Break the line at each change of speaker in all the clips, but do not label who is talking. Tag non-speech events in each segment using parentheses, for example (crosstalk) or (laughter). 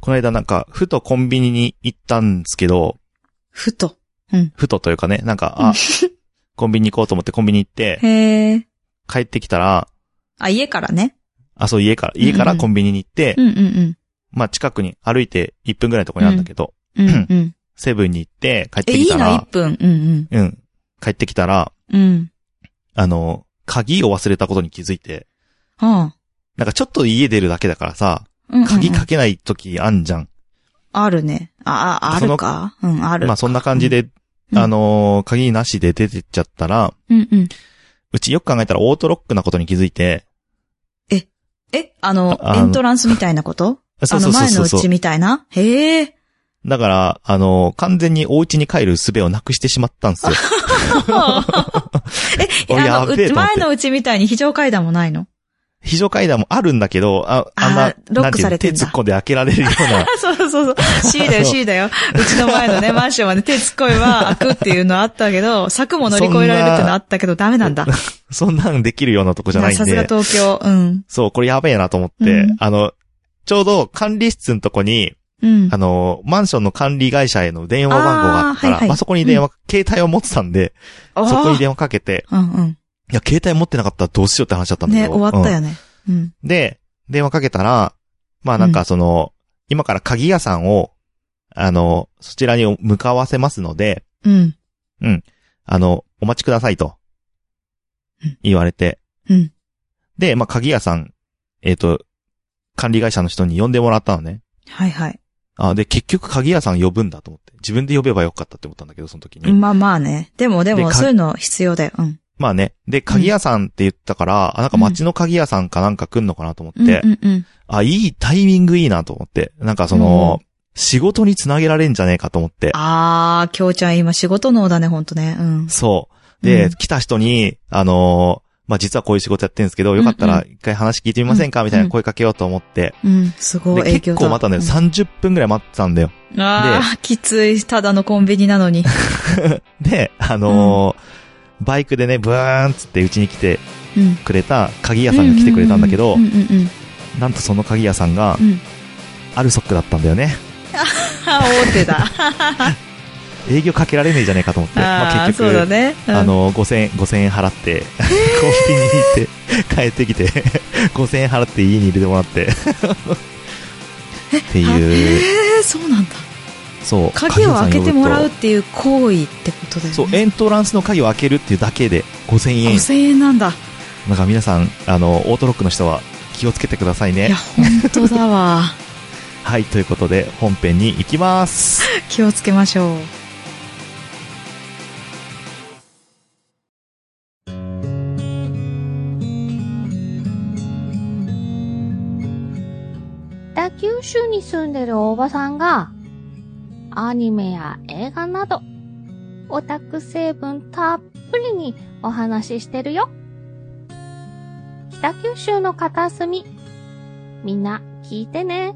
この間なんか、ふとコンビニに行ったんですけど、
ふと。
ふとというかね、なんか、あ、コンビニ行こうと思ってコンビニ行って、
(laughs) へえ。
帰ってきたら、
あ、家からね。
あ、そう、家から、家か
うん
ら
うん
コンビニに行って、
うんうん
まあ近くに歩いて1分ぐらいのところにあるんだけど、
うん。うん
(clears throat)
うん。
セブンに行って帰っ
え、
て
い
き
い
た
の一
ら、
分。うん
うん、帰ってきたら、
うん。うん。
あの、鍵を忘れたことに気づいて、
あ
なんかちょっと家出るだけだからさ、
あ。うんうんうん
鍵かけない時あんじゃん。
あるね。あ、ああ
そ
る
の
かうん、ある。
まあそんな感じで、
うん
あのー鍵なしで出てっちゃったら、
うんうん。
うちよく考えたらオートロックなことに気づいて、
え、あの、
ああ
エ
の
ントランスみたいなこ
そ
と
う
あ
そ
の
うそう
前
そ
の
う
う
そう
ちみたいな
(laughs)
へえ。
だから、あのー完全にお家に帰る術をなくしてしまったんで
(laughs)
すよ。
え、
お
あ
や
の、う
べえ
ち
と思っ
前
て。
のうちみたいに非常階段もないの
非常階段もあるんだけど、あ、あんな
あ、ロッ
なん
ク
てい
さ
うの
れて
手
んだ
突っ込んで開けられるよ
(laughs)
うな、
あそうそうそう。C だよ、C だよ。うちの前のね、マンションはね、手突っ込めば開くっていうのあったけど、柵も乗り越えられるってのあったけど、ダメなんだ。
そんなんできるようなとこじゃないん
さすが
で、
東京。うん。
そう、これやべえなと思って、
うん
あの、ちょうど管理室のとこに、
うん
あ。の、マンションの管理会社への電話番号があったか
あーは
ら、
いはい
まあ、そこに電話、携帯を持ってたんで、
あ
そこに
ー
電話かけて、
うん
いや、携帯持ってなかったらどうしようって話だった
うんん。
だけ
ね、
ど。
終わったよ
うん
ね。うん。
で、電話かけたら、まあなんかその、今から鍵屋さんを、あの、そちらに向かわせますので、
うん。
あの、お待ちくださいと
うん、
言われて。
うん
で、まあ鍵屋さん、えっ、と、管理会社の人に呼んでもらったのね。
はいはい。
あ、で、結局鍵屋さん呼ぶんだと思って。自分で呼べばよかったって思ったんだけど、その時に。
まあまあね。でもで
で
も、
か
そういうの必要だよ。うん。
まあね。で、鍵屋さんって言ったから、あ、なんか街の鍵屋さんかなんか来んのかなと思って、
うんうんうん。
あ、いいタイミングいいなと思って。なんかその、仕事につなげられんじゃねえかと思って。
あー、きょうちゃん今仕事能だね、ほんとね。うん。
そう。で、
うん
来た人に、あのーまあ、実はこういう仕事やってるんですけど、よかった
うん
ら一回話聞いてみませんか、
うん
みたいな声かけようと思って。
うん。すごい
で、
影響
結
だ。
構またね、
うん
30分ぐらい待ってたんだよ。
あー、きつい。ただのコンビニな
(laughs)
のに。
で、あのーバイクでね、ブーンっつってうちに来て
うん。
くれた鍵屋さんが来てくれたんだけど
うん、うんうん
なんとその鍵屋さんが
う、ん。うん。
アルソックだったんだよね。
あー大手
(laughs)
だ。
営業かけられねえじゃねえかと思って。まあ、
あー、
結
そう
局
だ、ね。うん
あ、の、5000円、5000円払って、 (laughs) コンビニに行って、帰ってきて、5000円払って家に入れてもらって。って
あ
いう、
へえ、そうなんだ。
そう。
鍵を開けてもらう
鍵屋さん呼
っ
ぶ
ていう行為ってことだよね。
と。そう、エントランスの鍵を開けるっていうだけで5000円。
5000円なんだ。
なんか皆さん、あの、オートロックの人は気をつけてください
いや、
ね。
本当だわ。
はい、ということで本編に行きます。
(laughs) 気をつけましょう。
北九州に住んでるおばさんが、アニメや映画など、オタク成分たっぷりにお話ししてるよ。北九州の片隅、みんな聞いてね。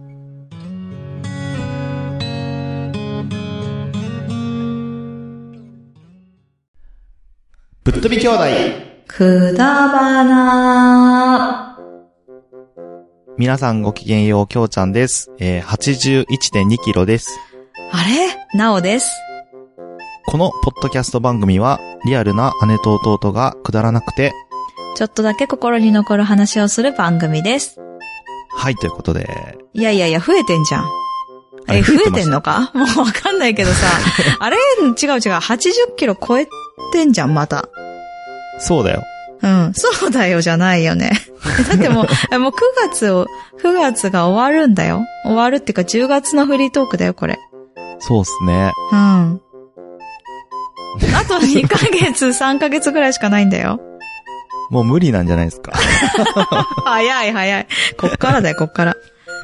ぶっ飛び兄弟
くだばな
皆さんごきげんよう、きょうちゃんです。えー、81.2キロです。
あれなおです。
このポッドキャスト番組は、リアルな姉と弟がくだらなくて、
ちょっとだけ心に残る話をする番組です。
はい、ということで。
いやいやいや、増えてんじゃん。
あれ
え、増え
ま
て
し
ん
た
のかもうわかんないけどさ。あれ違う違う。80キロ超えてんじゃん、また。
そうだよ。
うん。そうだよじゃないよね。だってもう、えもう9月を、9月が終わるんだよ。終わるっていうか10月のフリートークだよ、これ。
そうっすね。
うん。あ (laughs) と2ヶ月、3ヶ月ぐらいしかないんだよ。
もう無理なんじゃないです
(laughs)
か。
早い早い。こっからだよ、こっから。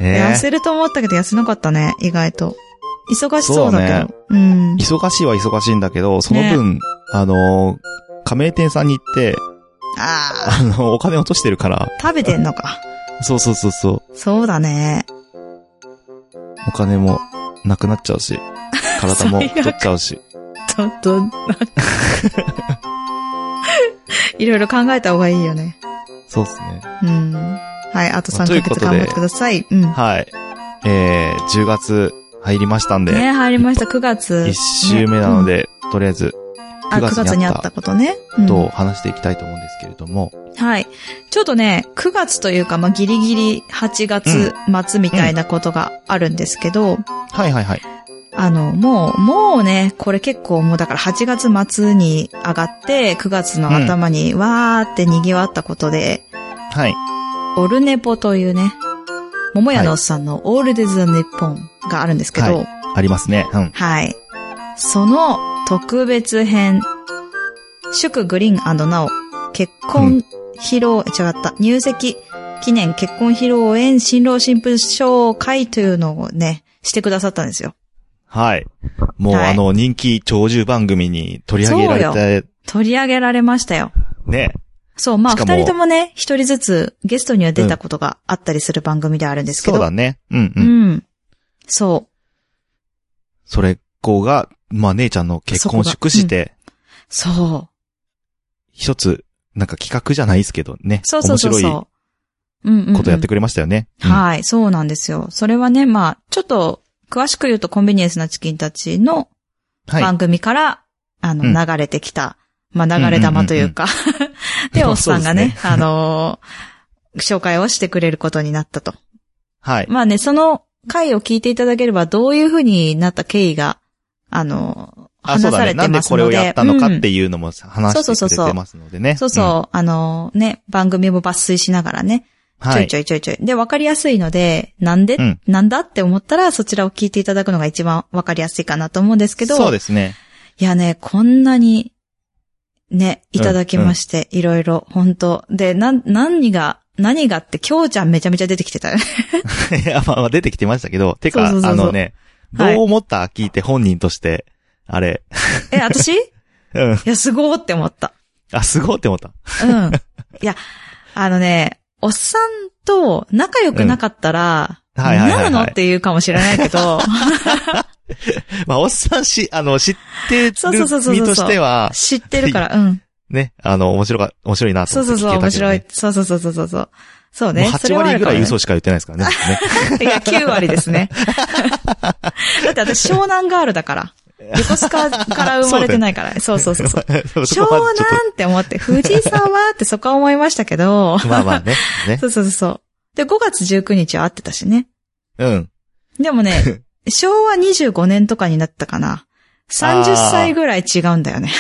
え
痩せると思ったけど痩せなかったね、意外と。忙しそうだけど。
え
うん。
忙しいは忙しいんだけど、その分、あのー加盟店さんに行って、
ああ、
あのお金落としてるから、
食べてんのか。
そうそうそうそう、
そうだね。
お金もなくなっちゃうし、体も
(laughs) 最悪
太っちゃうし。
ちょっと、なんかいろいろ考えた方がいいよね。
そうっすね。
うん。はい、あと
まあ
3ヶ
ということ
月
で
頑張ってください。うん。
はい。えー、10月入りましたんで、
ね、入りました。9月。
1週目なので、とりあえず、
ね、うん
9
あ、9
月
月
に
に
あ
あ
っ
ったたことね。うん
と話していきたいと思うんですけれども、
はい。ちょっとね、9月というか、まあ、ギリギリ8月末みたいなことがあるんですけど、
はいはいはい。
あの、もう、もうね、これ結構もうだから8月末に上がって、9月の頭にわーって賑わったことで、
はい。
オルネポというね、桃屋のおっさんのオールディズ・ニッポンがあるんですけど、
はありますね。うん。
はい。その特別編、祝グリーンなお、結婚披露、違った、入籍記念結婚披露宴新郎新婦紹介というのをね、してくださったんですよ。
はい。もう、
はい
あの、人気長寿番組に取り上げられて、
取り上げられましたよ。
ね。
そう、まあ
しかも
二人ともね、一人ずつゲストには出たことがあったりする番組ではあるんですけ
そう
ど。
だね。うんう。
うんん。そう。
それ子が、まあ、姉ちゃんの結婚を
そこ
祝
が
して、
そう。
一つ、なんか企画じゃないですけどね。
そうそうそう
面
そ
白
う。うんうん、うん。
いことやってくれましたよね。うん
はい、そうなんですよ。それはね、まあ、ちょっと、詳しく言うとコンビニエンスなチキンたちの
はい。
番組から、あ
うん
の、流れてきた、まあ、流れ玉というか、 (laughs) で、おっさんがね、あのー紹介をしてくれることになったと。
はい。
まあね、その回を聞いていただければ、どういうふうになった経緯が、あのー
あ、そうだ
話さ
ね。
れ
な
て
んで
ます
こ
の
れ
で。
をやったのか
うん
っていうのも話
そうそ
し
う
てくれ
そうそ
て
う
ますのでね。
そうそう、あのーね、番組も抜粋しながらね、
うん。
ち
は
ょ
い
いち。ょいちょいちょい。で、わかりやすいので、なんで、
うん
なんだって思ったら、そちらを聞いていただくのが一番わかりやすいかなと思うんですけど、
そうですね。
いやね、こんなに、ね、いただきまして、いろいろ、本当で、なん、何が、何がって、きょうちゃんめちゃめちゃ出てきてたよ (laughs) ね。
(laughs) いや、まあまあ出てきてましたけど、てか、
そうそうそうそう
あのね、ど
はいう
思った聞いて本人として、あれ、
え、私い
うん。
や、すごーって思った。
あ、すごいって思った。
うん。いや、あのね、おっさんと仲良くなかったら、
うんはいはいはいはい
何なのっていうかもしれない
(laughs)
けど、
まあ、おっさんし、あの、知ってる身
そうそうそうそうそう
としては、
知ってるから、うん。
ね、あの、面白か、面白いなと
そう
思
そ
っ
う
て聞
そう、
けた
面
けど、
白い
ね。。
そうそうそうそうそうそう。そう
も
ね
う。
そ
8
れはあ
割
る
ぐ
から
い
もね
嘘しか言ってないですからね。
(laughs) いや、9割で
(laughs)
すね。 (laughs) だって私、湘南ガールだから。横須賀から生まれてないから。そうそうそうそう。
(laughs) そう
湘
そこまでちょっ
南って思って、藤沢ってそこは思いましたけど。
(laughs) と。まあまあね。ね
そ。うそうそうそう。で、5月19日は会ってたしね。 (laughs)
うん。
で
(laughs)
もね、昭和25年とかになったかな。30歳ぐらい違うんだよね。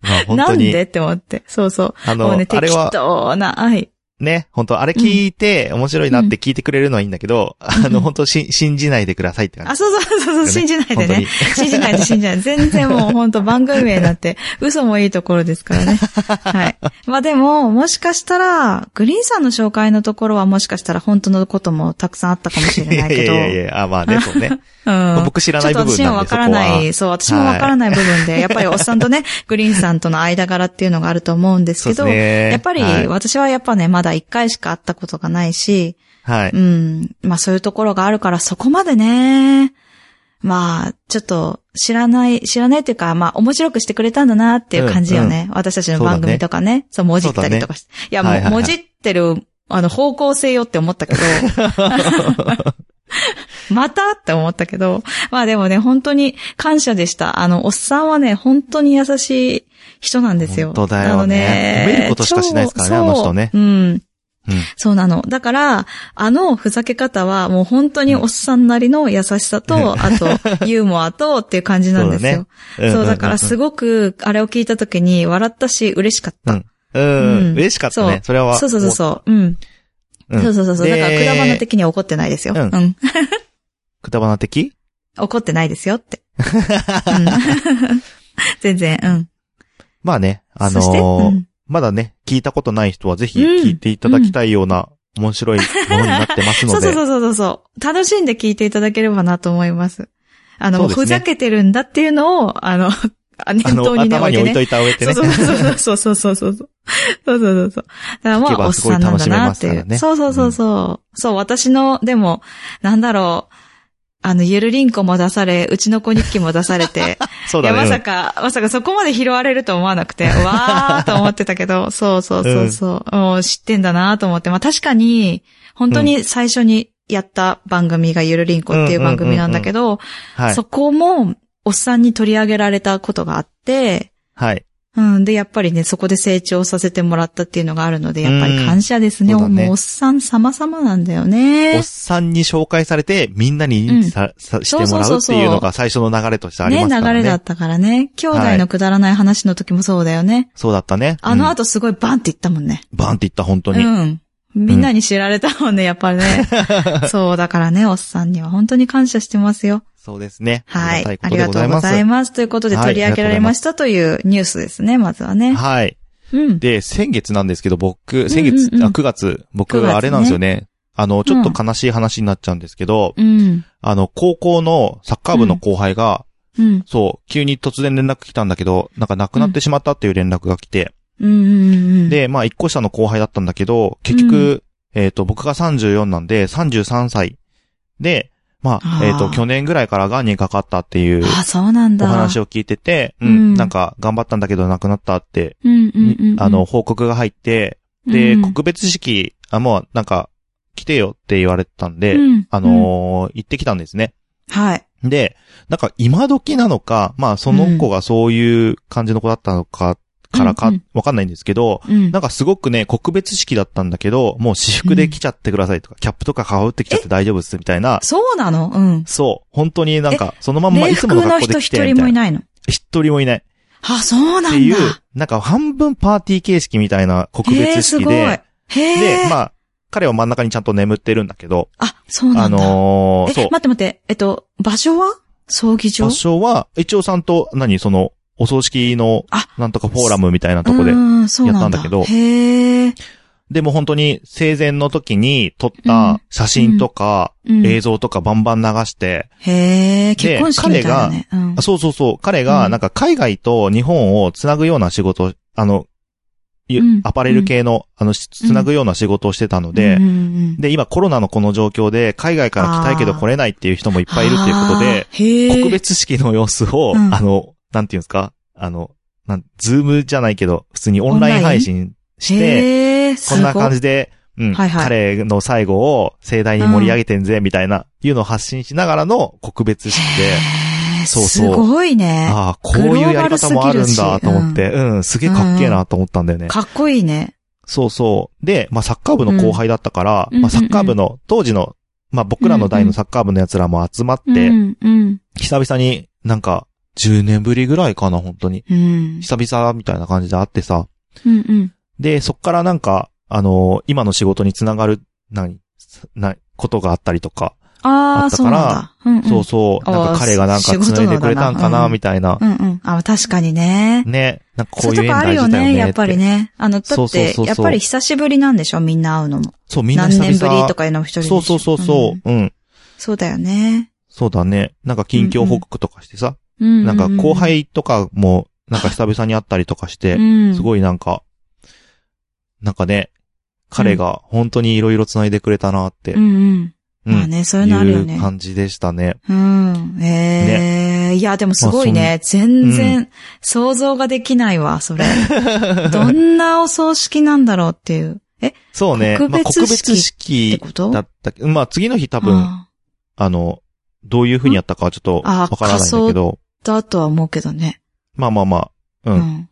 まあ本
な
当
ん
に。
でって思って。そうそう。
あ
も
の、
うね、
あれ
適
は、
当な、はい。
ね、本当あれ聞いて、面白いなって聞いてくれるのはいいんだけど、あの、本当し、信じないでくださいって感
あ、
じ。
そうそうそうそう、信じないで
本当に
ね。 (laughs) 信じないで信じないで。全然もう本当番組名な
(laughs)
んて嘘もいいところですからね。はい。まあでも、もしかしたら、グリーンさんの紹介のところはもしかしたら本当のこともたくさんあったかもしれないけど。
(laughs) いやいやいや、あ、まあね、そう
(laughs)
ね。
うん。
僕知ら
ち
な
ょっ
い
と
部分なんで、そ
私には
こ
わからない、
は。
そう、私もわからない部分で、やっぱりおっさんとね、グリーンさんとの間柄っていうのがあると思うんです
そうで
け
す
ど、
ね。
やっぱり
はい
私はやっぱね、まだ一回しか会ったことがないし、。
はいう
ん。まあそういうところがあるからそこまでね。まあ、ちょっと知らない、知らないっていうか、まあ面白くしてくれたんだなっていう感じよね。私たちの番組とかね。そう、もじったりとかして。いや、もう、
はいはいはい
もじってる、あの、方向性よって
(laughs)
思ったけど。またって思ったけど。まあでもね、本当に感謝でした。あの、おっさんはね、本当に優しい人なんですよ。
本当だよね
あのね
褒めることしかしないですからね
超
あの人ね
そううん。
うん
そうなの。だから、あのふざけ方はもう本当におっさんなりの優しさと、あと、ユーモアとっていう感じなんですよ。そう,、だからす
ご
ごく、あれを聞いた時に笑ったし、嬉しかっ
い。
た。
うん
う、ん
嬉しかった
そ
ね
う。
それは。
そうそうそうそう。うん。
うん。
そうそうそうそう。だから、
で
くだばな的には怒ってないですよ。
う
うんん。
くだばな的
怒ってないですよって。うん、 (laughs) 全然、うん。
まあね、あの
そして、う
ー
ん
まだね、聞いたことない人はぜひ
うん
聞いていただきたいような面
(laughs)
白いものになってます
そ
の
うそう
で
そ。うそうそうそう。楽しんで聞いていただければなと思います。あの、
そうですね
ふざけてるんだっていうのを、あの、 (laughs)
あ
念
の
頭、にね、
頭
置い
に置
てね
い。といた上で
そう
ね。
そうそうそうそうそう。そうそうそうそう。だからま
聞け
あ、
ば
おっ
すごい
さんなん
楽
だなって
しめます
い
からね
う。そうそうそうそう。そう、私の、でも、なんだろう。あの、ゆるりんこも出され、うちの子日記も出され (laughs) て、
そう
いや、
だね。
まさか、まさかそこまで拾われると思わなくて、わーと思ってたけど、そうそうそうそう、もう知ってんだなと思って、まあ確かに、本当に最初にやった番組がゆるりんこっていう番組なんだけ
う
ど、
んはい
そ。こも、おっさんに取り上げられたことがあって、
はい。
うん。で、やっぱりね、そこで成長させてもらったっていうのがあるので、やっぱり感謝ですね。
うんそうだね
もうおっさん様々なんだよ
お
ね
っ。さんに紹介されて、みんなにさ、さしてもらうっていうのが最初の流れとしてあり
ね、
ますからね。
流れだったからね。兄弟のくだらない話の時もそうだよね。
そうだったね。
あの
うん
後すごいバンって言ったもんね。
バンって言った、本当
う
に。
ん。みんなに知られたもんね、やっぱり
(laughs)
ね。そう、だからね、おっさんには本当に感謝してますよ。
そうですね。
はい。あ
あり
り
が
がと
た
う
い
ご
ことでござ
ざい
いま
ます。ということで
はい
取り上げられましたというニュースですね、まずは
す。
ね。
はい。
うん。
で、先月なんですけど、僕、先月、
うんうんうん
あ9月、
9月
僕、
ね
あれなんですよね。あの、ちょっと悲しい話になっちゃうんですけど、
うん。
あの、高校のサッカー部の後輩が、
うん。
そう、急に突然連絡来たんだけど、なんか亡くなってしまったっていう連絡が来て、
うん。うん。、
で、まあ、一個下の後輩だったんだけど、結局、えっ、と、僕が34なんで、33歳。で、ま
あ
あ、
ー
えっ、と、去年ぐらいから癌にかかったっていう
あ、そうなん
お
だ。
話を聞いてて、うん、
うん
なんか、頑張ったんだけど亡くなったって、
うんうんうんうん。
あの、、報告が入って、で、
うん
告別式、あ、もう、なんか、来てよって言われたんで、
うん
あのー行ってきたんですね。
はい。
で、なんか今時なのか、まあその子がそういう感じの子だったのか、から
う
か
んうん、
わかんないんですけど、
うん。
なんかすごくね、告別式だったんだけど、もう私服で来ちゃってくださいとか、キャップとか被ってきちゃって大丈夫っすみたいな。
そうなのうん。
そう。本当になんか、そのまんま
礼
いつも
服
の
の
格好で
人
来
一
て、
人
みた
もい
いな。
ないの。
一人もいない。っ
あ、そうな
て
ん
いう
だ。、
なんか半分パーティー形式みたいな告
へえ、
別
す
式
ごい。
で、
へ
で、
え。
まあ、彼は真ん中にちゃんと眠ってるんだけど、
あ、そうな
あ
んだ。
のー
え、
そ
待
う
っ。て待って、えっと、場所は葬儀場
場所は、一応さんと、何、その、お葬式の
あ、
なんとかフォーラムみたいなとこで
う、んうんそうな
やったんだけど
へえ。
でも本当に生前の時に撮っ
うん
た写真とか、
うん
映像とかバンバン流して、
へえ、結婚式みたいなね。うん
あそうそうそう、彼
う
が
ん
なんか海外と日本をつなぐような仕事を、あの、い
うん
アパレル系の、あの、しつなぐような仕事をしてたので
うん、うん
で、今コロナのこの状況で海外から来たいけど
あー
来れないっていう人もいっぱいいるっていうことで、
あーへえ。
告別式の様子を、
うん
あの、なんていうんですかあの、なん、ズームじゃないけど、普通にオンライン配信して、
へえ、す
こ
ご
ん
い
な感じで、うん、
はいはい
彼の最後を盛大に盛り上げてんぜ、みたいな、いうのを発信しながらの告別式で、
へえ
そうそう
すごいね。
ああ、こういうやり方もあるんだと思っ
グロ
て、うん、すげえかっけえなと思ったんだよね。
かっこいいね。
そうそう。で、まあ、サッカー部の後輩だったから、
うん
まあ、サッカー部の、当時の、まあ、僕らの代のサッカー部の奴らも集まって、
うん、うん。
久々になんか、10年ぶりぐらいかな、本当に。
うん。
久々みたいな感じで会ってさ、
うん、うん。
で、そっからなんか、あのー今の仕事につながる、何、な、ことがあったりとか、
あ
あ
あ、
っ
そ
た
う
か
な
ら
んだ。うん、
そう
う
そう、なん
あー
か彼がなんか
仕事
繋いでくれたんか
なんだ
な、
うん
みたいな。
ん。うん、うん。あ、確かにね。
ね、なんかこ
そう
う
い
いう
うと
縁
こある
大
よ
事だよね
ね、
って。
やっぱりね。あの、だ
そ
っ
うそう
て
そ、うそう
やっぱり久しぶりなんでしょみんな会うのも。
そう、みんな
何
久々。
年ぶりとかいうのも一人でし
そ
ょ
うそうそうそう、うん、
そうだよね。
そうだね。なんか近況報告とかしてさ、
うん。
なんか後輩とかも、なんか久々に会ったりとかして、
うん、
すごいなんか、なんかね、彼が本当にいろいろ繋いでくれたなって、
うんうん。
うん
まあね、そういうのあるよ
い
ね
う。感じでしたね。
うん。ええいや、でもすごいね。全然、想像ができないわ、それ。どんなお葬式なんだろうっていう。えっ
(laughs) そうね。
告
まあ
別
告
式
別
て
式
こと
だったけど、まあ次の日多分、あ
あ
の、どういう風にやったかはちょっと
あ
わからないんだけど、
ーだとは思うけどね。
まあまあまあ、
う
うん、
ん。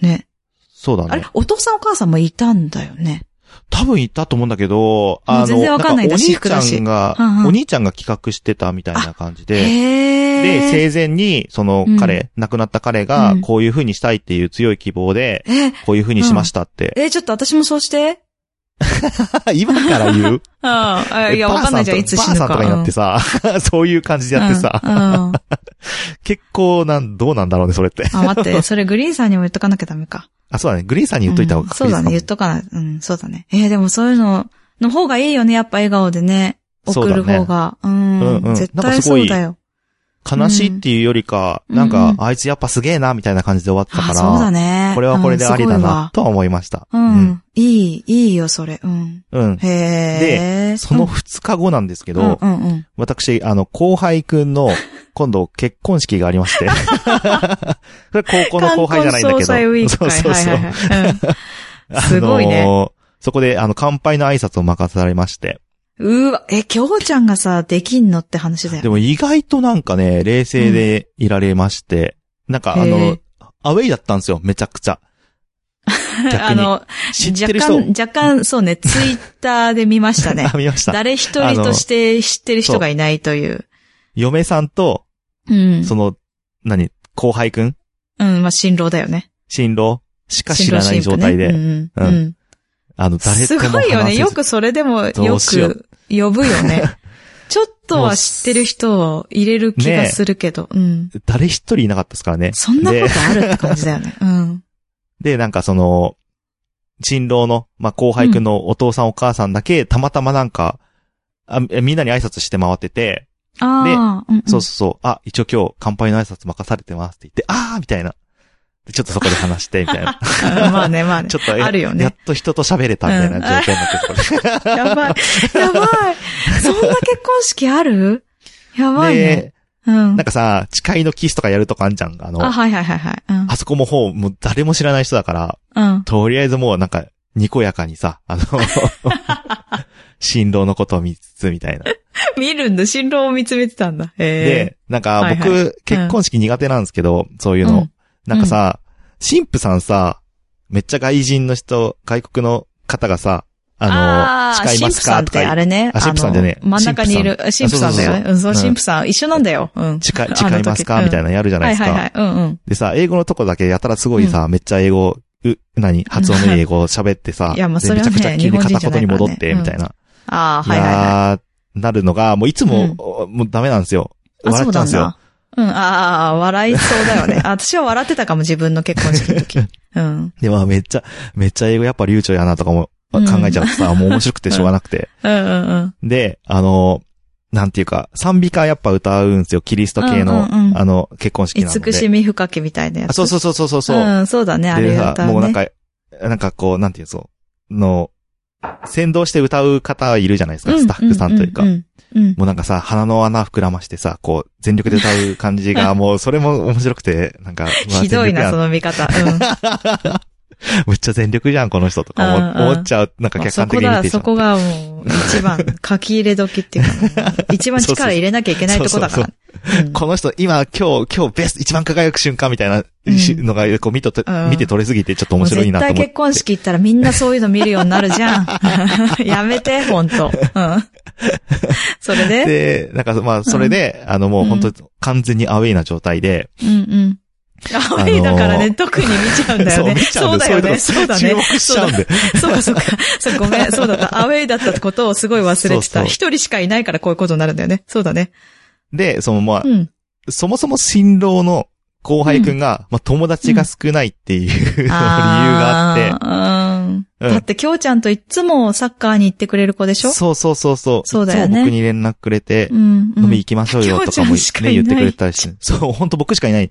ね。
そうだ
あれ
ね。、
お父さんお母さんもいたんだよね。
多分行ったと思うんだけど、あの、
全然わかんないんだ
お兄
私
ち
服
ゃ
だし
んが、
うんうん
お兄ちゃんが企画してたみたいな感じで、で、
へえ。
生前に、その
うん
彼、亡くなった彼
う
が
ん、
こういう風にしたいっていう強い希望で、
え、
こういう風にしましたって。
え、ちょっと私もそうして。
(laughs) 今から
(laughs)
言う
ああ、いや、わかんないじゃん、いつ死ぬか。
ばあさんとかになってさ、 (laughs) そういう感じでやってさ、
うんうん
結構なん、どうなんだろうね、それって。
あ、
(laughs)
待って、それグリーンさんにも言っとかなきゃダメか。
あ、そうだね。グリーンさんに言っといた方が
うん
確
そう
実か
だ
も、
ね、言っとかない。うん、そうだね。えーでもそういうの、の方がいいよね、やっぱ笑顔でね。送る方が。う
うんうん
ん。絶対そうだよ。
悲しいっていうよりか、
うん
なん
うん
か
う、ん
あいつやっぱすげえな、みたいな感じで終わった
あ
か
あ、
ら、
そうだね。
これはこれでありだな、
う
とは思いました。
んすごいわ。うん。いい、いいよ、それ。うん。
うん。うん。
へえ。
その2日後なんですけ
う
ど、
ん、うん、うんうん。
私、あの、後輩くん
(laughs)
の、今度、結婚式がありまして。 (laughs) それ高校の後輩じゃないんだけど。
冠婚葬祭ウィーク
そう
会
そうそう。
はいはいはいうん
あのー
すごいね
そこで、あの、乾杯の挨拶を任されまして。
うーわ、え、きょうちゃんがさ、できんのって話だよ。
でも意外となんかね、冷静でいられまして、なんかあ
へ
の
え、
アウェイだったんですよ、めちゃくち
(laughs)
ゃ。逆に
あの、
知って
若
る人
干、、若干、そうね、ツイッターで見ました
(laughs)
ね
あ。見ました。
誰一人として知ってる人がいないという。
嫁さんと、
うん。
その、何、後輩くん
うん、まあ、新郎だよね。
新郎しか知
新郎
らない
新
状
婦ね
態で、
うんうん。うん
あの、誰と
す
も話
ごいよね。よ
せず
くそれでも、よく
どうしよう
呼ぶ
(laughs)
よね。ちょっとは知ってる人を入れる気がするけど、うん。
誰一人いなかったですからね。
そんなこ
で
とあるって感じだよね。うん。
で、なんかその、新郎の、まあ、後輩くんのお父さんお母さんだけ、たまたまなんか、あえみんなに挨拶して回ってて、
ああ、うんん
そうそうそう、あ、一応今日乾杯の挨拶任されてますって言って、あーみたいな。で、ちょっとそこで話して、みたい
(laughs)
な。
まあね、まあね
(laughs) ち。ょっと、
あるよね
やっと人と喋れたみたいな状況になってた、
やばい。やばい。そんな結婚式あるやばいね。
で、
うん
なん。かさ、誓いのキスとかやるとかあんじゃん。あの、
あ、
あ
はいはいはいはい。うん。
そこもほう、もう誰も知らない人だから、
うん。
とりあえずもうなんか、にこやかにさ、
(laughs)
あの、新郎のことを見つつみたいな。
見るんだ。新郎を見つめてたんだ。へ
で、なんか僕、
はい
結婚式苦手なんですけど、そうい
え。
う
う
の。
ん
なんかさ、神父さんさ、めっちゃ外人の人、外国の方がさ、あの、
ー
誓いますかと
神父さんってあ
か、
れね。
あ神父さんってね
あの真ん中にいる。神
神
父
父さ
さ
ん
んだよね。うん、そううん神父さん。一緒なんだよ。うん。
誓い
あの
誓い
時
ますかみたいなやるじゃないで
はい
す
はいは
か
い。。うんうん。
でさ、英語のとこだけやたらすごいさ、めっちゃ英語、う、何発音のいい英語を喋ってさ
(laughs) 、いやまあ
で
それはね
めちゃくちゃ急に
日本人じ
片
ゃな
言
い
に
からね
戻って、みたいな。
ああ、
い
はいはいはい。
やー、なるのが、もういつも、もうダメなんですよ。
あ、
笑
そ
っ
う
ちゃう
なんん
ですよ
だ。。うん、ああ、笑いそうだよね。あ私は笑ってたかも、自分の結婚式の
(laughs)
時。うん。
で、まあめっちゃ、めっちゃ英語やっぱ流暢やなとかも考えちゃってさ、もう面白くてしょうがなくて。
うんうんうん。
で、あの、なんていうか、賛美歌やっぱ歌うんですよ。キリスト系の、
うんうんうん
あの、結婚式なので。
慈しみ深きみたいなや
あ、
つ。
そうそうそうそうそう。う
うん、そうだね、あれ
でさ、
歌ね。
もうなんか、なんかこう、なんていうのの、先導して歌う方いるじゃないですか、スタッフさんというか。
うんんうんうん
もうなんかさ、鼻の穴膨らましてさ、こう、全力で歌う感じ
(laughs)
が、もう、それも面白くて、なんか、うわ
ひどいな、
全
そ
力
の見方。うん。
やんめっちゃ全力じゃん、この人とか
うんうん
思思っちゃう。 (laughs) なんか客観的に見てしま
そこ
(laughs)
だ、そこがもう、一番、書き入れ時っていうか、ね、一番力入れなきゃいけないとこだから。うん
この人、今、今日、今日ベスト、一番輝く瞬間みたいな
うん
しのが、こう見とと、
うん
見て取れすぎて、ちょっと面白いなと思
もう
っ
絶対
て。
結婚式行ったらみんなそういうの見るようになるじゃ
(laughs)
ん。やめて、ほんと。うん。それで
で、なんか、まあ、それで、あの、もう、
うん
本当、完全にアウェイな状態で、
うんうん。アウェイだからね、特に見ちゃうんだ
そ
よね。
う
う
見ち
だ
ゃう
よ
んだよ
ね。そうだ
注
ね
目。しちゃうんで。
そうかそうか。そう、
(laughs)
ごめん。そうだった。アウェイだったことをすごい忘れて
そうそ
た。
う
一人しかいないからこういうことになるんだよね。そうだね。
で、その、まあ
う、ん。
そもそも新郎の後輩くんが、まあ、友達が少ないっていう、 (laughs) (laughs) 理由があって、
あーうん
うん
だって、きょうちゃんといっつもサッカーに行ってくれる子でしょ
そうそうそうそう。
そうだ
い
よね
つも僕に連絡くれて、
うん、うん。
飲み行きましょうよとかも
京ちゃんしかいな
ね、
い
言ってくれたりして。そう、ほんと僕しかいない。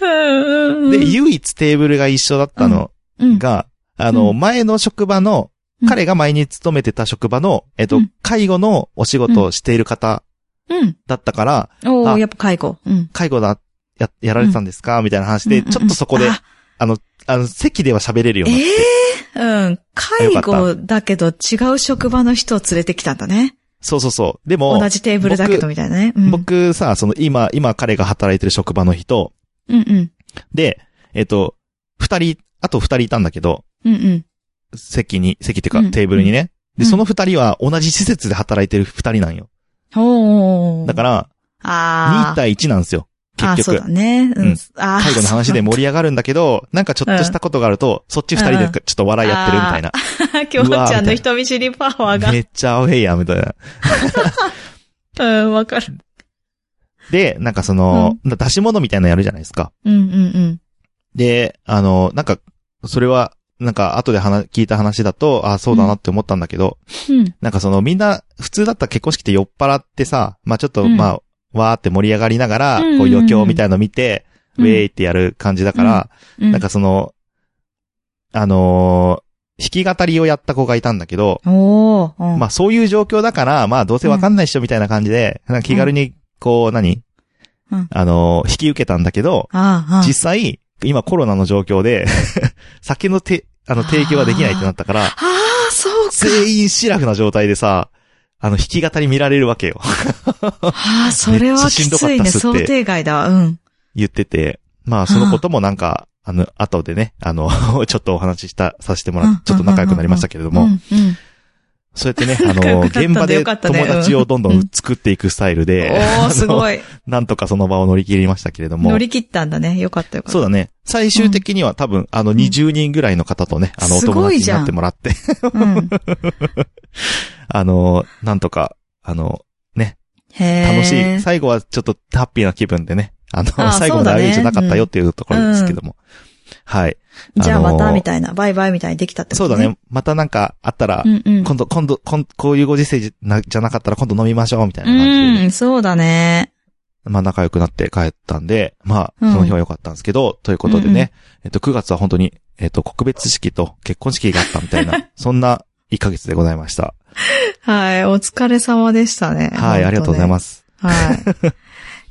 うんうんう
で、
ん、
唯一テーブルが一緒だったの
うん、
が、あの、
うん
前の職場の
う、ん
彼が前に勤めてた職場の、えっと
うん、
介護のお仕事をしている方
うん。
だったから、
おー
あ
やっぱ介護。うん。
介護だ、や、やられてたんですかみたいな話で、
うんうんうん
ちょっとそこで、
あ
あの、席では喋れるよう
え
になっ
え
て。
ーうん。介護だけど違う職場の人を連れてきたんだね。
そうそうそう。でも
同、じテーブルだけどみたいなね。うん、
僕さ、その今、今彼が働いてる職場の人、
うんうん。
で、えっと、二人、あと二人いたんだけど、
うんうん。
席に、席っていう
う
か
ん
テーブルにね。
う
で、
ん
その二人は同じ施設で働いてる二人なんよ。
おー
だから、
あ
2
ー
対1なんですよ。
あー、
結
そうだ
局。
ね。う
うん
ん。あー
介護の
(laughs)
話で盛り上がるんだけど、なんかちょっとしたことがあると、そっち二人で
うん
ちょっと笑いやってるみたいな。
きょうちゃんの人見知りパワーが
め。っちゃアウェイや、みたいな。
うん、わかる。
で、なんかその、出し物みたいなのやるじゃないですか。
うんうんうん。
で、あの、なんか、それは、なんか後で話、聞いた話だと、あそうだなって思ったんだけど、
うん。
なんかそのみんな、普通だったら結婚式って酔っ払ってさ、まあちょっと、
うん
まあ、わーって盛り上がりながら、
うんうんうん
こう余興みたいの見て、
うん
ウェイってやる感じだから、
うん。
なんかその、あのー弾き語りをやった子がいたんだけど、
おー、うん
まあそういう状況だから、まあどうせわかんないっしょみたいな感じで、なんか気軽に、こう何、
うん
あのー引き受けたんだけど、
ああ、ああ
実際、今コロナの状況で、 (laughs) 酒のて、あの、提供はできないってなったから、
ああ、そうか。
全員シラフな状態でさ、あの、弾き語り見られるわけよ。 (laughs)
ああ、それは
めっ
きつい
ちゃしんどかった
ね。
っすって
想定外だ。うん。
言ってて、まあ、そのこともなんか、あの、後でね、あの、 (laughs) ちょっとお話しした、させてもら
うん
って、ちょっと仲良くなりましたけれど
う
も、
ん、うん。
そうやってね、あ
仲良
の、
くなったんで
現場で
よかったね
友達をどんどん作っていくスタイルで、
おー、す
あの
ごい。
なんとかその場を乗り切りましたけれども
乗、り切ったんだね。よかったよかった。
そうだね、最終的には多分、あの、20人ぐらいの方とね、あの、お
す
友
ごい
達に
じゃん
なってもらって、
うん。
あの、なんとか、あの、
へー
楽しい。最後はちょっとハッピーな気分でね。あの、
あー
最後まであ
そうだね
れじゃなかったよっていうところですけども。はい。
じゃあま
あの
た、
ー
みたいな。バイバイみたいにできたってこ
そう
と
だね。。またなんかあったら、
うんうん。
今度、今度、こんこういうご時世じなじゃなかったら今度飲みましょうみたいな感じ
う
で、
ん、そうだね。
まあ仲良くなって帰ったんで、まあ、
うん
その日は良かったんですけど、ということで
うんうん
ね、えっと、9月は本当に、えっと、告別式と結婚式があったみたい
(laughs)
な、そんな1ヶ月でございました。
はい、お疲れ様でしたね。
はい、ありがとうござい
す。
ます。
はい。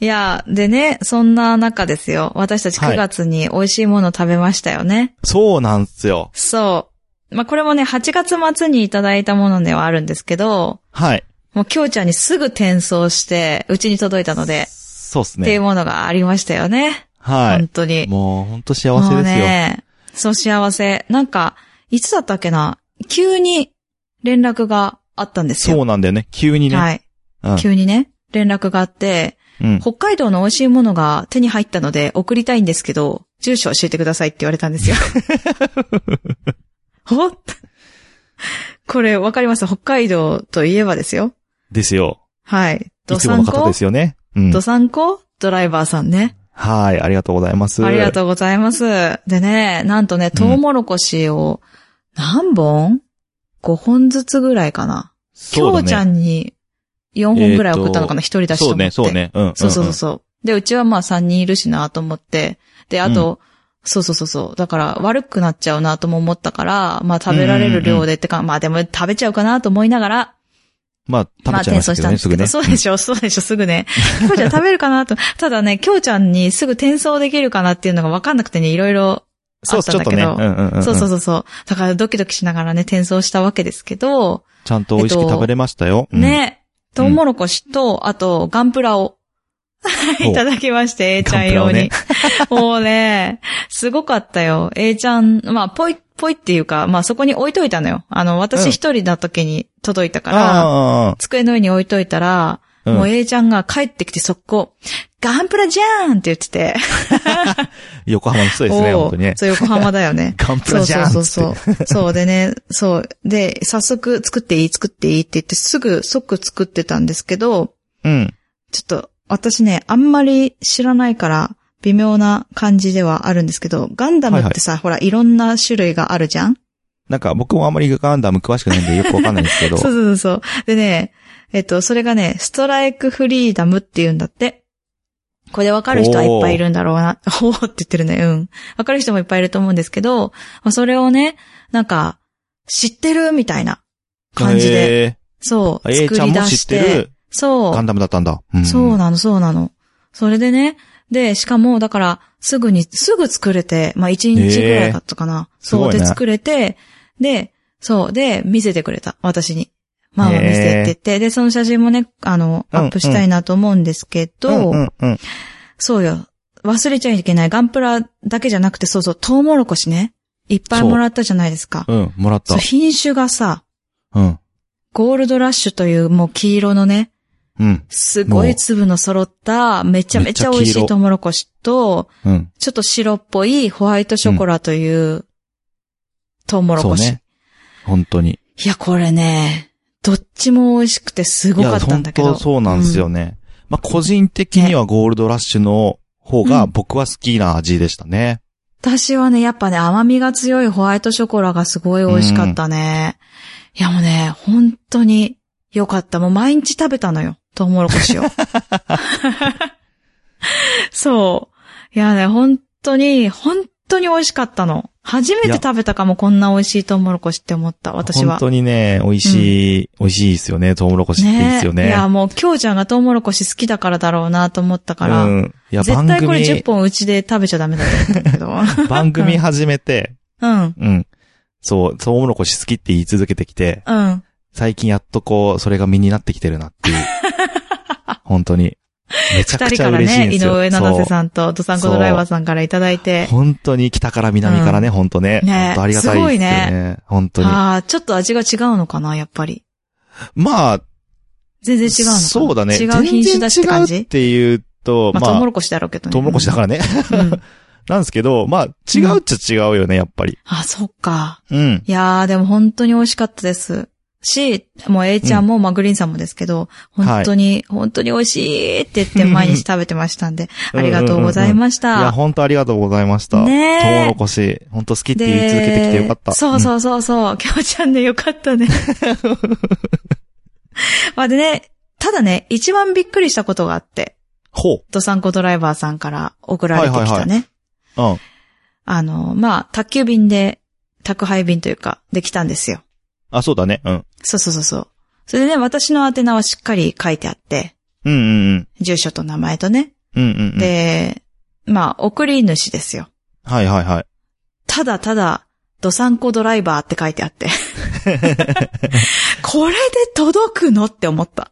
いや、でね、そんな中ですよ。私たち
はい
9月に美味しいもの食べましたよね。
そうなんですよ。
そう。まあ、これもね、8月末にいただいたものではあるんですけど、
はい。
もうきょうちゃんにすぐ転送して、うちに届いたので、
そうです
ってい
ね。
うものがありましたよね。
は
本当に。
い。もう本当幸せ
もう
ですよ。
ね、そう幸せ。なんか、いつだったっけな急に連絡があったんですよ。
そうなんだよね。急にね。
はい。
うん
急にね、連絡があって、
うん。
北海道の美味しいものが手に入ったので送りたいんですけど、住所教えてくださいって言われた
(laughs)
んですよ。ほこれわかります北海道といえばですよ。
ですよ。
はい。
い
ド
つも
サ
の
ン
方
コ
ですよね。うん
ド。サンコドライバーさんね。
はい。ありがとうございます。
ありがとうございます。でね、なんとね、トウモロコシを何本 ?5 本ずつぐらいかな。き
そ
ょ
うだね。
うちゃんに4本ぐらい送ったのかな一、人出し
そ
と思
う
って。
ね、そうね。うん。んん
そうそうそう。そう。で、うちはまあ3人いるしなと思って。で、あと、そうそうそうそう。だから悪くなっちゃうなとも思ったから、まあ食べられる量でってか、まあでも食べちゃうかなと思いながら、
まあ、食べちゃいましたけどね、すぐね。
そうでしょ、そうでしょ、すぐね。きょうちゃん食べるかなと。ただね、きょうちゃんにすぐ転送できるかなっていうのがわかんなくてね、いろいろあ
うん
った
そう、ちょ
んだ
っと
け
ね。
ど。
うんうんうん。
そうそう
う。
そうそう。だからドキドキしながらね、転送したわけですけど、
ちゃんと美味しく食べれましたよ。うん。
ね、トウモロコシと、あと、ガンプラを
お
いただきまして、A ちゃ
ガン
ん
プラを
用に
ね。
もうね、すごかったよ。A ちゃん、まあ、ぽい、ぽいっていうか、まあそこに置いといたのよ。あの、
う
私
ん
一人だ時に届いたから、
あ
机の上に置いといたら、
あ、うん
もう A ちゃんが帰ってきて速攻、ガンプラじゃーんって言ってて。
横浜の人ですね、
おー
本当にね。。
そう、横浜だよね
(laughs) ガンプ
そ
ラ
う
じ
そ
ゃ
うんそう
つって。
そう。そうでね、そう。で、早速作っていい作っていいって言って、すぐ即作ってたんですけど、
うん。
ちょっと、私ね、あんまり知らないから、微妙な感じではあるんですけど、ガンダムってさ、ほら、いろんな種類があるじゃん
なんか、僕もあんまりガンダム詳しくないんでよくわかんないんですけど。
(laughs) そうそうそうそう。でね、えっと、それがね、ストライクフリーダムって言うんだって。これわかる人はいっぱいいるんだろうな。 (laughs) ほうって言ってるね。うん。わかる人もいっぱいいると思うんですけど、まあ、それをね、なんか、知ってるみたいな感じで、
へ
そう、
ー。A ち
作
ゃん
り出
も知っ
してて
る、
そう
ガン、ダムだったんだ。うん
そうなの、そうなの。それでね、で、しかも、だから、すぐに、すぐ作れて、まあ、1日ぐらいだったかな。
すごい
そ、
うね
で、作れて、で、そう、で、見せてくれた、私に。まあまあ、
へー
見せてって言って、で、その写真もね、あの、
うん
アップしたいなと思うんですけど、
うんうんうん。
そうよ。忘れちゃいけない。ガンプラだけじゃなくて、そうそう、トウモロコシね。いっぱいもらったじゃないですか。
うん、もらった
そう、。品種がさ、
うん。
ゴールドラッシュという、もう黄色のね、
うん。
すごい粒の揃った、めちゃめちゃ美味し
めっちゃ黄
い
色
トウモロコシと、
うん。
ちょっと白っぽいホワイトショコラという、トウモロ
そう
コシ。
ね。本当に。
いや、これね、どっちも美味しくてすごかったんだけ
いや
ど。
本当そうなんですよね。まあ、個人的にはゴールドラッシュの方が
うん
僕は好きな味でしたね。
私はね、やっぱね、甘みが強いホワイトショコラがすごい美味しかったね。いや、もうね、本当に良かった。もう毎日食べたのよ、トウモロ
(laughs)
コシを。そう。いやね、本当に、本当に美味しかったの。初めて食べたかも、こんな美味しいトウモロコシって思った、私は
本。当にね、美味しい、美味しいですよね。トウモロコシっていいですよね。
いや、もう、きょうちゃんがトウモロコシ好きだからだろうなと思ったから、
うん。いや、
絶
番
対これ10
組、
本うちで食べちゃダメだと思ったけ
(laughs)
ど。
番組始めて、
うん、
うん。そう、トウモロコシ好きって言い続けてきて、
うん。
最近やっとこう、それが身になってきてるな
(laughs)
っていう。本当に。めちゃ
二
く
人
ちゃ
から
嬉しいん
ね、
で
井
すよ。
上七瀬
ん。
さんとドサンコドライバーさんからいただいて、
本当に北から南からね、本当ね。
ね
本当ありがたいですよ
すごい
ね。本当に。
ああ、ちょっと味が違うのかな、やっぱり。
まあ、
全然違うのかな。
そうだね。
違う品種だしって感
全然違うっ
じ
ていうと、
まあ、
ま
トウモ
あ、
ロコシだろうけどね。
トウモロコシだからね。 (laughs)
ら。うん。
なんですけど、まあ、違うっちゃ違うよね、やっぱり。
あ、そっか。
うん。
いやー、でも本当に美味しかったです。し、もう A ちゃんも、まあ、グリーンさんもですけど、本当に、本当に美味しいって言って毎日食べてましたんで、ありがとうござい
し
まし
いや、
た。
本当ありがとうございました。
ねえ
トウモロコシ、本当好きって言い続けてきてよかった。
そうそうそ
(laughs)
うそう。きょうちゃんね、よかったね。まあでね、ただね、一番びっくりしたことがあって、
ほ
ドサンコドライバーさんから送られてきたね。
はいはいはう。うん。
あの、まあ、宅急便で、宅配便というか、できたんですよ。
あ、そうだね。うん。
そうそうそうそう。それでね、私の宛名はしっかり書いてあって、
うんうんうん。
住所と名前とね。
うんうんうん。
で、まあ、送り主ですよ。
はいはいはい。
ただただ、ドサンコドライバーって書いて
(laughs)
あって。これで届くのって思った。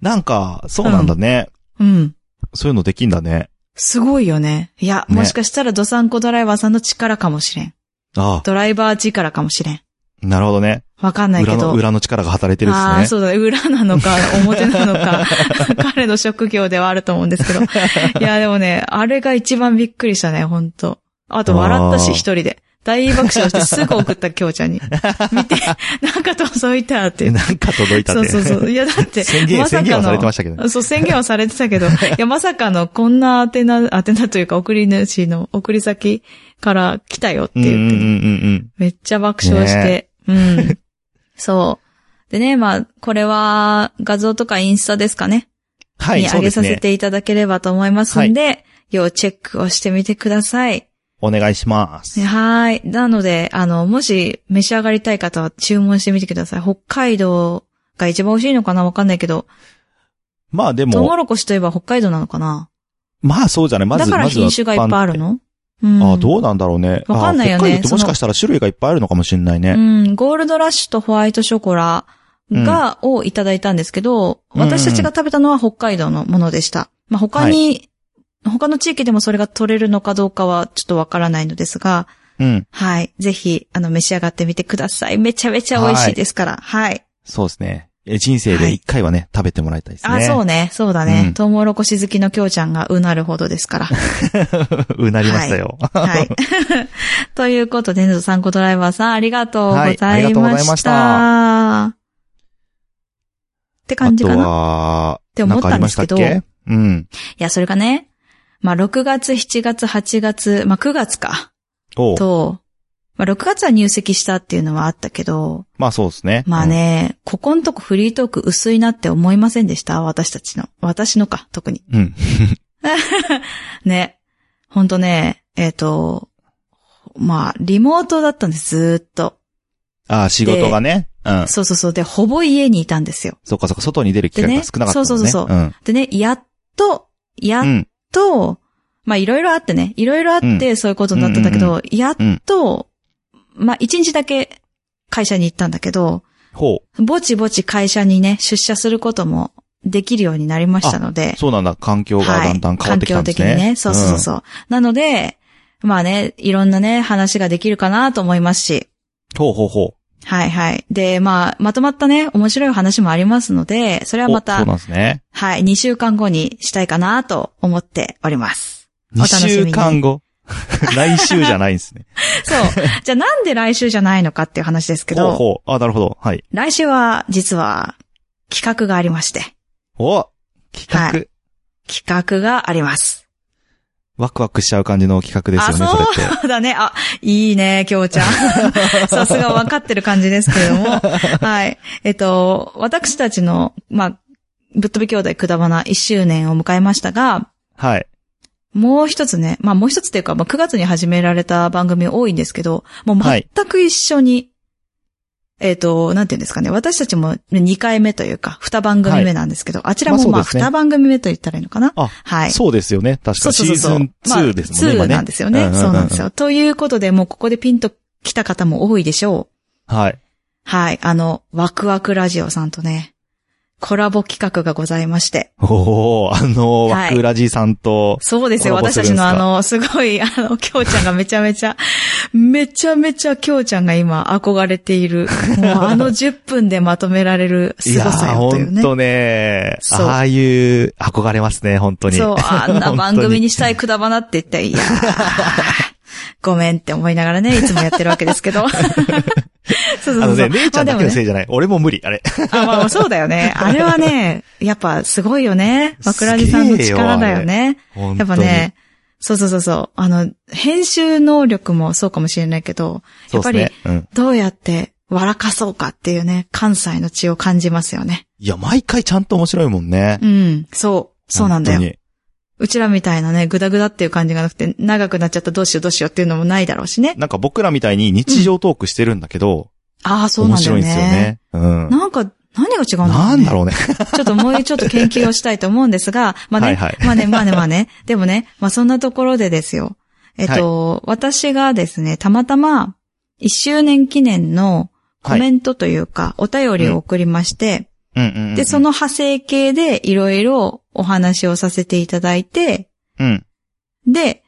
なんか、そうなんだね。
うん。
そういうのできんだね。
すごいよね。いや、
ね
もしかしたらドサンコドライバーさんの力かもしれん。
あ
ドライバー力かもしれん。
あ、なるほどね。
わかんないけ
裏
ど。
の、裏の力が働いてる
ああー、
ですね。
そうだね。裏なのか、表なのか、 (laughs) 彼の職業ではあると思うんですけど。いや、でもね、あれが一番びっくりしたね、本当あと、笑った
あ
し、
ー
一人で。大爆笑してすぐ送った、きょうちゃんに。
(laughs)
見て、なんか届いたって。
なんか届いたっ
そう
て。
そうそう。いや、だっ
(laughs)
て、
宣言、
まさか
宣言は
の
されてましたけどね。
そう、宣言はされてたけ
(laughs)
ど、いや、まさかの、こんな宛名、宛名というか、送り主の、送り先から来たよっ
う
て
んうんうん
言って、
うん
めっちゃ爆笑して、うん。そう。でね、まあ、これは、画像とかインスタですかね。
うん。はい、
に
そ
上
うで
げ
す
させ
ね。
ていただければと思いますんで、要チェックをしてみてください。
お願いします。
はい。なので、あの、もし召し上がりたい方は注文してみてください。北海道が一番美味しいのかなわかんないけど、
まあで
トウモ
も、
ロコシといえば北海道なのかな
まあそうじゃない。まず、
だから
まず
品
は
種がいっぱいあるのうん
ああ、どうなんだろうね。
わかんない
あ
よね
あ北海道って
その
もしかしたら種類がいっぱいあるのかもしれないね。
うん、ゴールドラッシュとホワイトショコラが、をいただいたんですけど、
うんうんうん
私たちが食べたのは北海道のものでした。まあ、他に、他の地域でもそれが取れるのかどうかはちょっとわからないのですが、
うん。
はい。ぜひ、あの、召し上がってみてください。めちゃめちゃ美味しいですから。はい。
そうですね。え人生で一回はね、食べてもらいたいですね。
あ、そうね。そうだね。
うん
トウモロコシ好きのきょうちゃんがうなるほどですから。
(laughs) うなりましたよ。
(laughs) はい。ということで、ねぞさんこドライバーさん、ありがとうございました。
はいありがとうございました
って感じか
あと
な。
は、
て思ったんですけど
なんかありましたっけうん。
いや、それがね、まあ、6月、7月、8月、まあ、9月か。
おう
と、まあ、6月は入籍したっていうのはあったけど、
まあそうですね。
まあね、ここんとこフリートーク薄いなって思いませんでした私たちの。私のか、特に。
うん。うん。
ね。ほんとね、えっ、と、まあ、リモートだったんです、ずーっと。
ああ、仕事がね。うん。
そうそうそう。で、ほぼ家にいたんですよ。
そっかそっか、外に出る機会
で
が
ね
少なかったもんね。
そうそうそうそ
うん。
でね、やっと、やっ
うん。
と、まあいろいろあってね、いろいろあってそういうことになったんだけど、
うん
やっと、まあ一日だけ会社に行ったんだけど、
ほ
ぼちぼち会社にね、出社することもできるようになりましたので
う。、そうなんだ。環境がだんだん変わってきたんですね。
はい、環境的にね。そうそうそうそう、なので、まあね、いろんなね、話ができるかなと思いますし、
うん。ほうほうほう。
はいはい。で、まあ、まとまったね、面白い話もありますので、それはま
お
た
そうなんですね。
はい、2週間後にしたいかなと思っております。
2
お楽しみに
週間
(laughs)
後。来週じゃないんですね。
そう。
(laughs)
じゃあなんで来週じゃないのかっていう話ですけ
ほう
ど、
ほう。あ、なるほど。はい。
来週は実は企画がありまして、
お企画、
は企画があります。 (laughs)
ワクワクしちゃう感じの企画ですよね、そ
あ
れって。
そうだね。あ、いいね、きょうちゃ
(laughs)
ん。さすが分かってる感じですけれども。はい。えっと、私たちの、まあ、ぶっ飛び兄弟くだばな1周年を迎えましたが、
はい。
もう一つね、まあもう一つっていうか、まあ9月に始められた番組多いんですけど、もう全く一緒に、えっ、と、なんていうんですかね、私たちも2回目というか、2番組目なんですけど、あちら
まあ
も
そう
まあ
ですね
2番組目と言ったらいいのかな、
あ
はい。
そうですよね。確かシーズン2ですもんね、
ま
今
あ、2
ね。
なんですよね。
うんうんうん
そうなんですよ。ということで、もうここでピンと来た方も多いでしょう。
はい。
はい。あの、ワクワクラジオさんとね、コラボ企画がございまして。
おー、あのー、
はい
ワクラジさんと、
そうですよ。
コラボ
私
す
た
るんす
ち
か
のあの、すごい、あ (laughs) の、きょうちゃんがめちゃめちゃ、めちゃめちゃきょうちゃんが今憧れている、もう
(laughs)
あの10分でまとめられる
い
凄
や
さ
ー、
よ
ほ
というんね。
とね、
そう
ああいう、憧れますね、本当に。
そう、あんな番
(laughs) 本当
組にしたいくだばなって言って、いや (laughs) ーごめんって思いながらね、いつもやってるわけですけ
(laughs)
ど。そうそうそう。
あのね、姉ちゃんだ
まあで
けの
もね
せいじゃない。俺も無理、あれ。
あ、まあまあそうだよね。あれはね、やっぱすごい
(laughs)
よね。枕木さんの力だよね。
本当
やっ
に
ぱね、そうそうそうそう。あの、編集能力もそうかもしれないけど、
そうです
やっ
ね。うん。
どうやって笑かそうかっていうね、関西の血を感じますよね。
いや、毎回ちゃんと面白いもんね。
うん、そう、そうなんだ
本
よ
当。に。
うちらみたいなね、ぐだぐだっていう感じがなくて、長くなっちゃったどうしようどうしようっていうのもないだろうしね。
なんか僕らみたいに日常トークしてるんだけど、
ああ、そう
面
なんだよ
白いん
ね。
ですよね。うん。
なんか、何が違うんだろうね。
なんだろうね。
ちょっともうちょっと研究をしたいと思うんですが、まあね、
はいはい
まあね、まあね、ま
(laughs)
あね。でもね、まあそんなところでですよ。えっと、私がですね、たまたま、1周年記念のコメントというか、お便りを送りまし
う
て、
んうんうんうん
で、そ、の派生系でいろいろお話をさせていただいて、
うん。
で、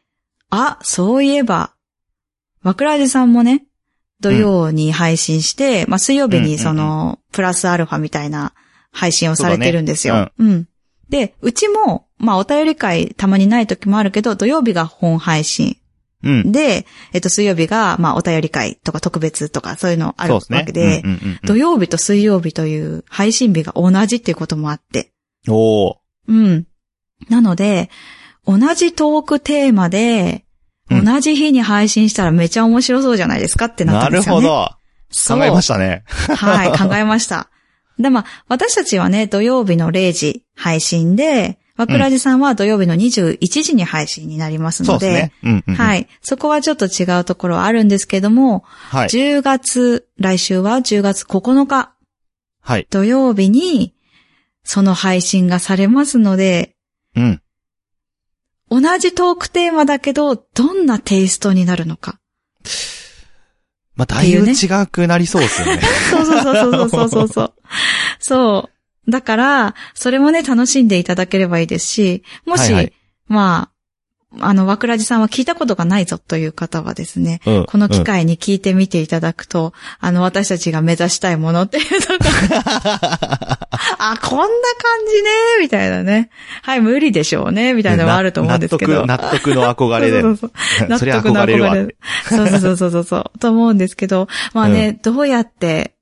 あ、そういえば、わくらじさんもね、土曜に配信して、まあ水曜日にその、プラスアルファみたいな配信をされてるんですよ。
そうだ
うん、で、うちも、まあお便り会たまにない時もあるけど、土曜日が本配信。
うん。
で、えっと水曜日が、まあお便り会とか特別とかそういうのある
そう
わ
ですね。
けで、
うんうんうんうん
土曜日と水曜日という配信日が同じっていうこともあって、
おー
うん。なので、同じトークテーマで、
うん
同じ日に配信したらめちゃ面白そうじゃないですかってなった
なん
で
る
すよ
ほ
ね。
ど。
そう
考えましたね。
はい、考えました。で、まあ、私たちはね、土曜日の0時配信で、わくらじさんは土曜日の21時に配信になります
そ
の
うです
で
ね、。うんうんうん。
はい。そこはちょっと違うところはあるんですけども、
はい。
10月、来週は10月9日
はい。
土曜日に、その配信がされますので、
うん。
同じトークテーマだけど、どんなテイストになるのか。
まあ、だいぶ違くなりそうですよね。
そうそうそうそうそうそうそう。そう。だから、それもね、楽しんでいただければいいですし、 (laughs) もし、
はいはい
まあ、あの、わくらじさんは聞いたことがないぞという方はですね、
うん
この機
(laughs)
会に聞いてみていただくと、あの、私たちが目指したいものって (laughs) いうのが、あ、こんな感じね、みたいなね。はい、無理でしょうね、みたいなのはあると思うんですけど。
納得、納得の憧れで。
そうそうそう納
(laughs) それ
得
憧
の憧
れ
れ
るわ。
そうそうそうそうそう。と思うんですけど、まあね、どうやって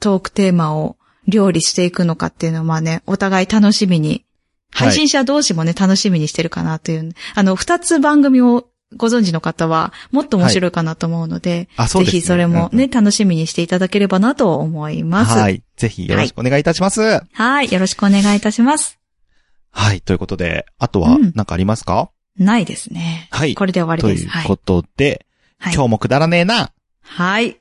トークテーマを料理していくのかっていうのはまあね、お互い楽しみに、
はい
配信者同士もね、楽しみにしてるかなという。あの、二つ番組をご存知の方は、もっと面白いかなと思うので、
あ、そうで
ぜ
すね。
ひそれも
うんう
ね、
ん。
楽しみにしていただければなと思います。は。
はいい。ぜひよろしくお願いいたします。はい。
よろしくお願いいたします。
ということで、あとは
うん
何かありますか
ないですね。
はい
これで終わり
と
で
い
す。
う
はい
ことで、
はい。
今日もくだらねえな。
はい。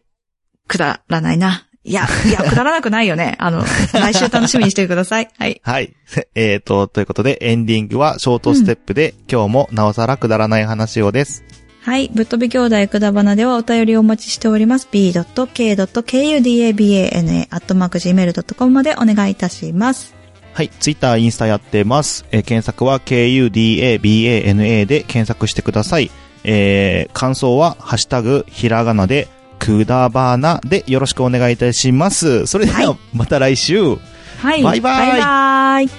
くだらないな。いや、いや、くだらなくないよね。あ (laughs) の、来週楽しみにしてください。はい。
はい。 (laughs) えーと、ということで、エンディングはショートステップで、今日もなおさらくだらない話をです。
はい。ぶっ飛び兄弟くだばなではお便りをお待ちしております。b.k.kudabana.gmail.com までお願いいたします。
はい。ツイッター、インスタやってます。えー検索は KUDABANA で検索してください。えー感想は、ハッシュタグ、ひらがなで、くだばなでよろしくお願いいたします。それでは、
は
また来週。
はい。
バイバイ
バイバイ
ち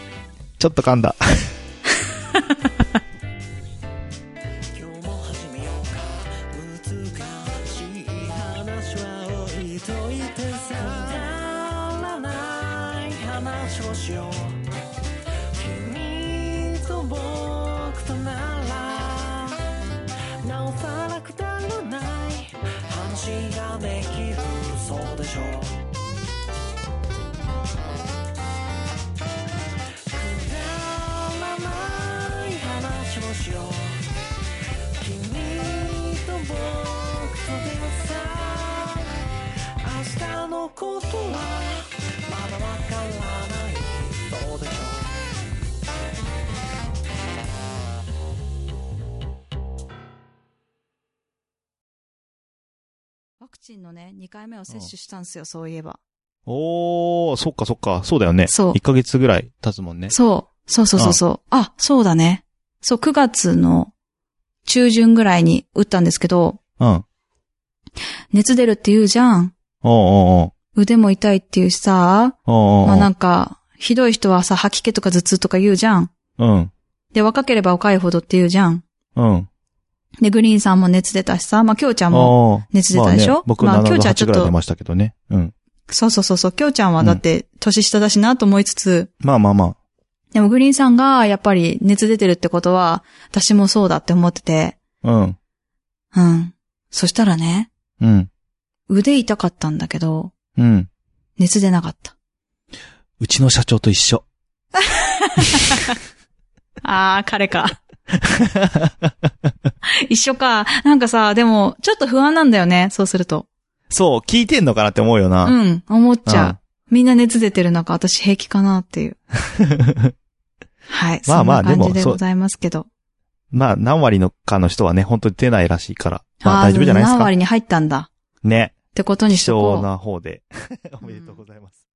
ょっと噛んだ。
今日も始めようか難しい話は置いといてさくだらない話をしよう君と僕とならなおさらくだらない話ができるそうでしょう
チンのね、2回目を接種したんですよ、そういえば。
おー、そっかそっか。そうだよね。
そう
1ヶ月ぐらい経つもんね。
そう。そうそうそうそう。あ、そうだね。そう、9月の中旬ぐらいに打ったんですけど、
うん。
熱出るって言うじゃん。
おう
腕も痛いっていうしさ、
おうおう。おうおうおう。
まあなんか、ひどい人はさ、吐き気とか頭痛とか言うじゃん。
うん。
で、若ければ若いほどって言うじゃん。
うん。
で、グリーンさんも熱出たしさ、まあ、きょうちゃんも、
おー
熱出たでしょ
まあね、僕
まあ今
7
日
度
じゃあちょ
8
っと
ぐらい出ましたけどね。うん。
そうそうそうそう、きょうちゃんはだって、年下だしなと思いつつ、
まあまあまあ。
でもグリーンさんが、やっぱり熱出てるってことは、私もそうだって思ってて、
うん。
うん。そしたらね、
うん。
腕痛かったんだけど、
うん。
熱出なかった。
うちの社長と一緒。
あー、彼か。 (laughs) 一緒か。なんかさ、でも、ちょっと不安なんだよね、そうすると。
そう、聞いてんのかなって思うよな。。
うんん、思っちゃう。みんな熱出てる中、私平気かなっていう。はい。
まあまあ
そんな感
で
じ
も
で
そう
ございますけど。
(laughs) まあ、何割のかの人はね、本当に出ないらしいから。まあ、
ー
大丈夫じゃないです
7
か。
割に入ったんだ。
ね。
ってことに
希
しとこ
少 (laughs)
う。
な方で。おめでとうございます。